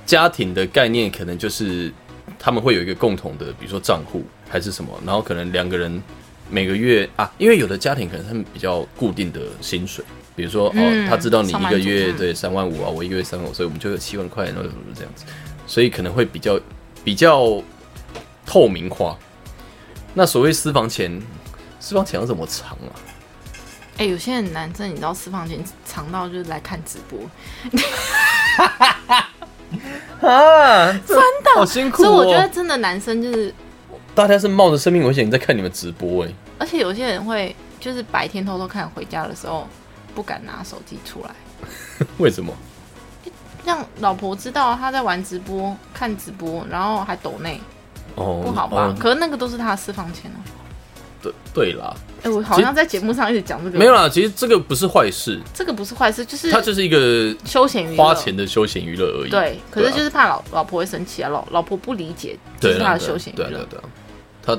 S2: 家庭的概念，可能就是他们会有一个共同的，比如说账户还是什么，然后可能两个人每个月啊，因为有的家庭可能他们比较固定的薪水。比如说，哦
S1: 嗯，
S2: 他知道你
S1: 上
S2: 一
S1: 班
S2: 个
S1: 族
S2: 月
S1: 嗯
S2: 对三万五啊，我一个月三万五，所以我们就有七万块，然后这样子，所以可能会比较比较透明化。那所谓私房钱，私房钱要怎么藏啊？
S1: 哎、有些人男生你知道私房钱藏到就是来看直播，
S2: 啊，真的好辛苦、哦。
S1: 所以我觉得真的男生就是，
S2: 大家是冒着生命危险在看你们直播、哎，
S1: 而且有些人会就是白天偷偷看，回家的时候不敢拿手机出来，
S2: 为什么？
S1: 让老婆知道他在玩直播、看直播，然后还抖内，
S2: 哦，
S1: 不好吧？
S2: 哦、
S1: 可是那个都是他的私房钱哦、
S2: 对对啦，
S1: 哎、我好像在节目上一直讲这个，
S2: 没有啦，其实这个不是坏事，
S1: 这个不是坏事，就是
S2: 它就是一个
S1: 休闲娱乐，
S2: 花钱的休闲娱乐而已。
S1: 对。可是
S2: 啊
S1: 就是怕老老婆会生气啊，老老婆不理解，这
S2: 对
S1: 是他
S2: 啦
S1: 的休闲娱
S2: 对啊对啊
S1: 乐。
S2: 对啊，他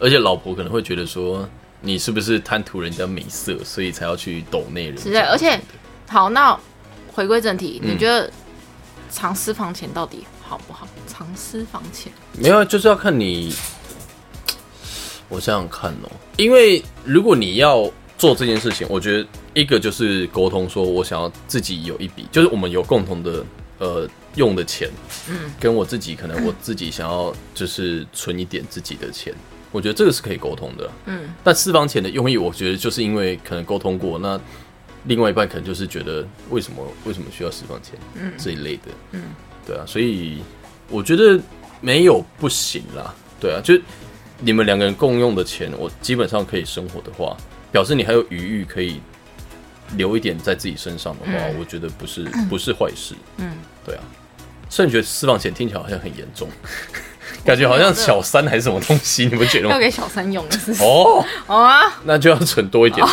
S2: 而且老婆可能会觉得说。你是不是贪图人家美色，所以才要去抖内人家？
S1: 是的而且好，那回归正题，
S2: 嗯
S1: 你觉得藏私房钱到底好不好？藏私房钱，
S2: 没有啊，就是要看你。我想想看哦，因为如果你要做这件事情，我觉得一个就是沟通，说我想要自己有一笔，就是我们有共同的呃用的钱，嗯，跟我自己可能我自己想要就是存一点自己的钱，我觉得这个是可以沟通的。
S1: 嗯，
S2: 但私房钱的用意，我觉得就是因为可能沟通过，那另外一半可能就是觉得为什么为什么需要私房钱，嗯，这一类的，嗯，对啊，所以我觉得没有不行啦，对啊，就你们两个人共用的钱，我基本上可以生活的话，表示你还有余裕可以留一点在自己身上的话，
S1: 嗯
S2: 我觉得不是不是坏事，
S1: 嗯，
S2: 对啊，虽然觉得私房钱听起来好像很严重，感觉好像小三还是什么东西，你不觉得
S1: 要
S2: 吗？
S1: 给小三用的是不是？
S2: 哦。
S1: 哦啊，
S2: 那就要存多一点。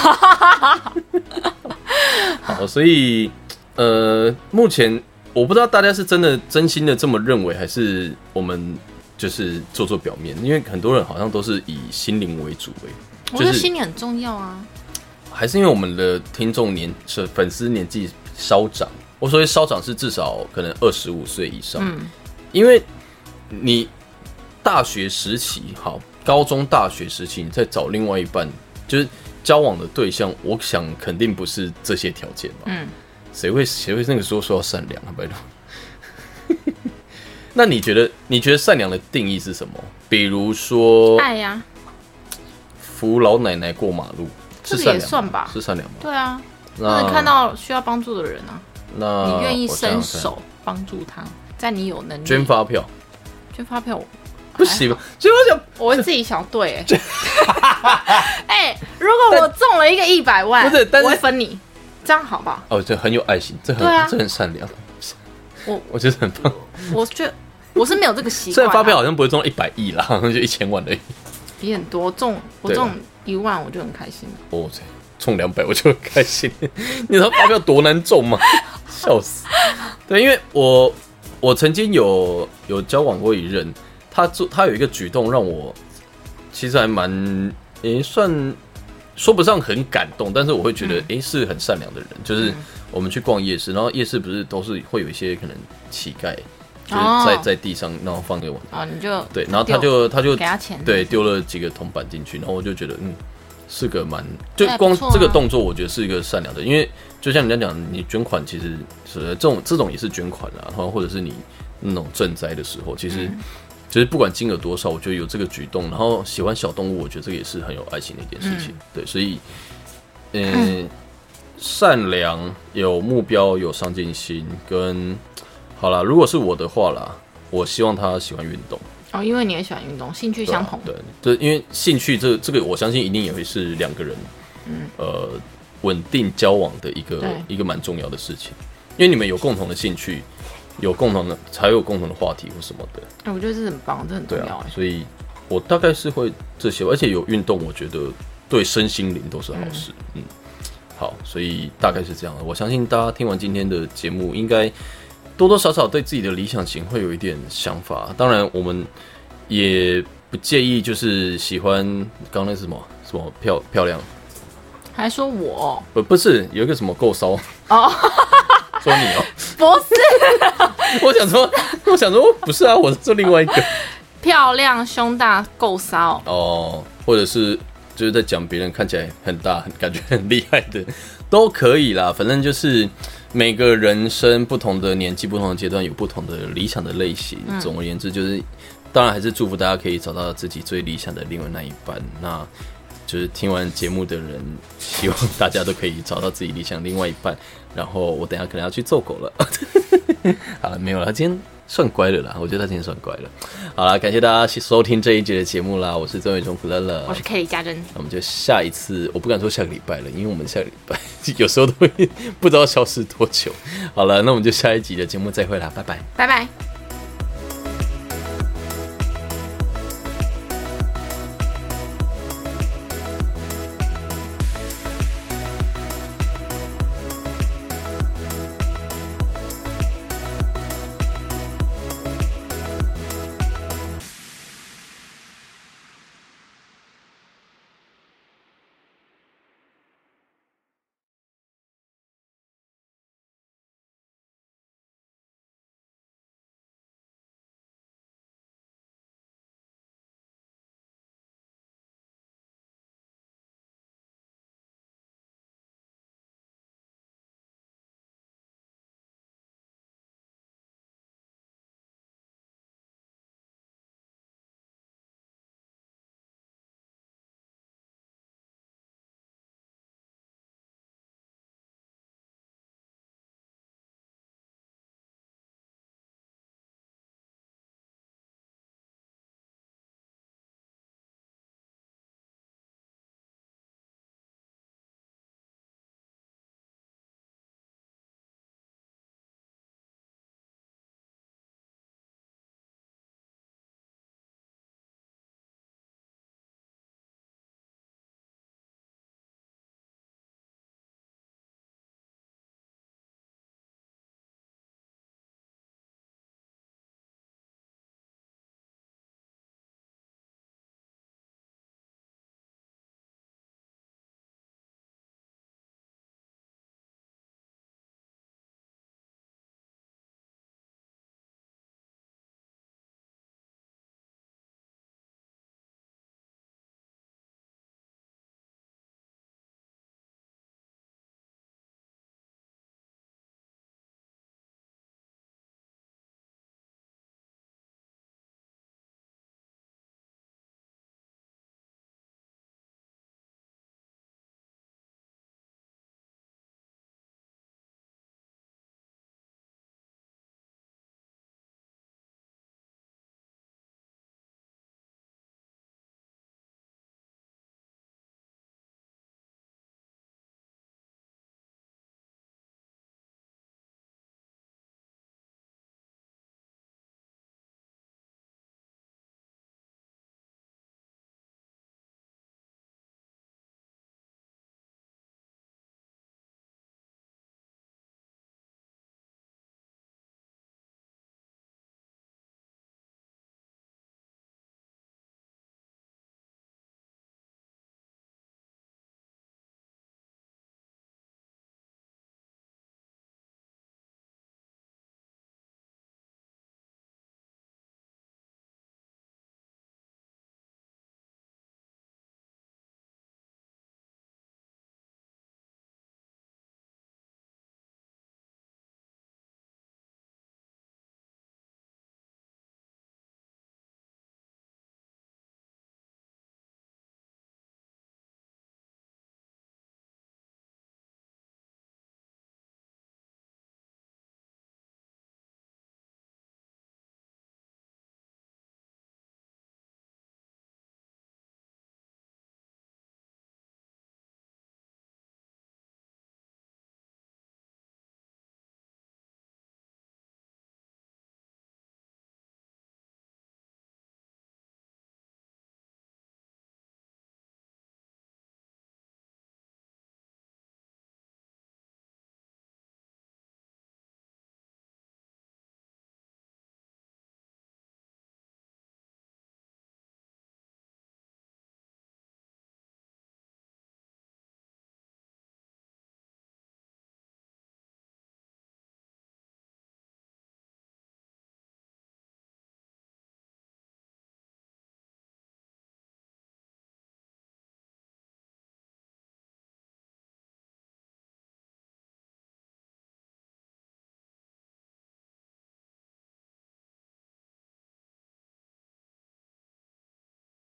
S2: 好，所以呃，目前我不知道大家是真的真心的这么认为，还是我们就是做做表面，因为很多人好像都是以心灵为主欸诶、
S1: 我觉得
S2: 就是
S1: 心理很重要啊。
S2: 还是因为我们的听众年是粉丝年纪稍长，我所谓稍长是至少可能二十五岁以上，
S1: 嗯
S2: 因为你大学时期好，高中、大学时期你在找另外一半，就是交往的对象，我想肯定不是这些条件吧？
S1: 嗯，
S2: 谁会谁会那个时候说要善良啊，拜托？ (laughs) 那你觉得你觉得善良的定义是什么？比如说
S1: 爱呀、
S2: 扶老奶奶过马路，
S1: 这个
S2: 是善
S1: 也
S2: 良
S1: 算
S2: 吗
S1: 吧
S2: 是善良吗？
S1: 对啊，或
S2: 那
S1: 者看到需要帮助的人啊，
S2: 那
S1: 你愿意
S2: 我想
S1: 伸
S2: 想
S1: 手帮助他，在你有能力
S2: 捐发票，
S1: 捐发票我，
S2: 不行啊吧？所以我想
S1: 我会自己想对、(laughs)
S2: (laughs)
S1: 欸。哎、如果我中了一个一百万，
S2: 不是但是
S1: 我会分你，这样好不好？
S2: 哦，这很有爱心，这很、
S1: 对啊
S2: 这很善良，
S1: 我
S2: 我觉得很棒。
S1: 我觉我是没有这个习
S2: 虽
S1: 惯啊、
S2: 然发票好像不会中一百亿啦， (laughs) 好像就一千万而已。
S1: 比很多中，我
S2: 对
S1: 中一万我就很开心了。
S2: 哦，这中两百我就很开心。 (laughs) 你知道发票多难中吗？, (laughs) 笑死！对，因为我我曾经有有交往过一任，他做他有一个举动让我其实还蛮诶、算说不上很感动，但是我会觉得诶、是很善良的人。就是我们去逛夜市，然后夜市不是都是会有一些可能乞丐就是在在地上然后放给我。
S1: 哦，你就
S2: 对，然后他就他就
S1: 给他钱
S2: 对，丢了几个铜板进去，然后我就觉得嗯，是个蛮就
S1: 那也不
S2: 光
S1: 错啊
S2: 这个动作，我觉得是一个善良的，因为就像人家讲，你捐款其实是这种这种也是捐款啊，然后或者是你那种赈灾的时候，其实。
S1: 嗯
S2: 其实不管金额多少，我觉得有这个举动，然后喜欢小动物，我觉得这个也是很有爱心的一件事情。对，所以，嗯、善良、有目标、有上进心，跟好啦，如果是我的话啦，我希望他喜欢运动。
S1: 哦，因为你也喜欢运动，兴趣
S2: 对啊
S1: 相同，
S2: 对，这因为兴趣这这个，我相信一定也会是两个人，呃，稳定交往的一个
S1: 嗯对
S2: 一个蛮重要的事情，因为你们有共同的兴趣，有共同的才有共同的话题或什么的，
S1: 哎我觉得这很棒，这很重
S2: 对
S1: 要
S2: 啊
S1: 哎，。
S2: 所以我大概是会这些吧，而且有运动，我觉得对身心灵都是好事，嗯。好，所以大概是这样的。我相信大家听完今天的节目，应该多多少少对自己的理想型会有一点想法。当然，我们也不介意，就是喜欢刚刚那是什么什么漂漂亮，
S1: 还说我
S2: 不不是有一个什么够骚 (laughs)
S1: 哦，
S2: 说你哦，
S1: 不是
S2: 我想说，我想说不是啊，我是做另外一个
S1: 漂亮、胸大、够骚，
S2: 哦，或者是就是在讲别人看起来很大，很感觉很厉害的，都可以啦。 (laughs) 反正就是每个人生不同的年纪、不同的阶段，有不同的理想的类型。总而言之，就是当然还是祝福大家可以找到自己最理想的另外那一半。那就是听完节目的人，希望大家都可以找到自己理想另外一半。然后我等一下可能要去揍狗了。 (laughs) 好了，没有了，他今天算乖了啦，我觉得他今天算乖了。好了，感谢大家收听这一集的节目啦，我是曾伟忠福乐乐，
S1: 我是 K 李嘉珍，
S2: 那我们就下一次，我不敢说下个礼拜了，因为我们下个礼拜 (laughs) 有时候都会不知道消失多久。好了，那我们就下一集的节目再会啦，拜拜。
S1: 拜拜。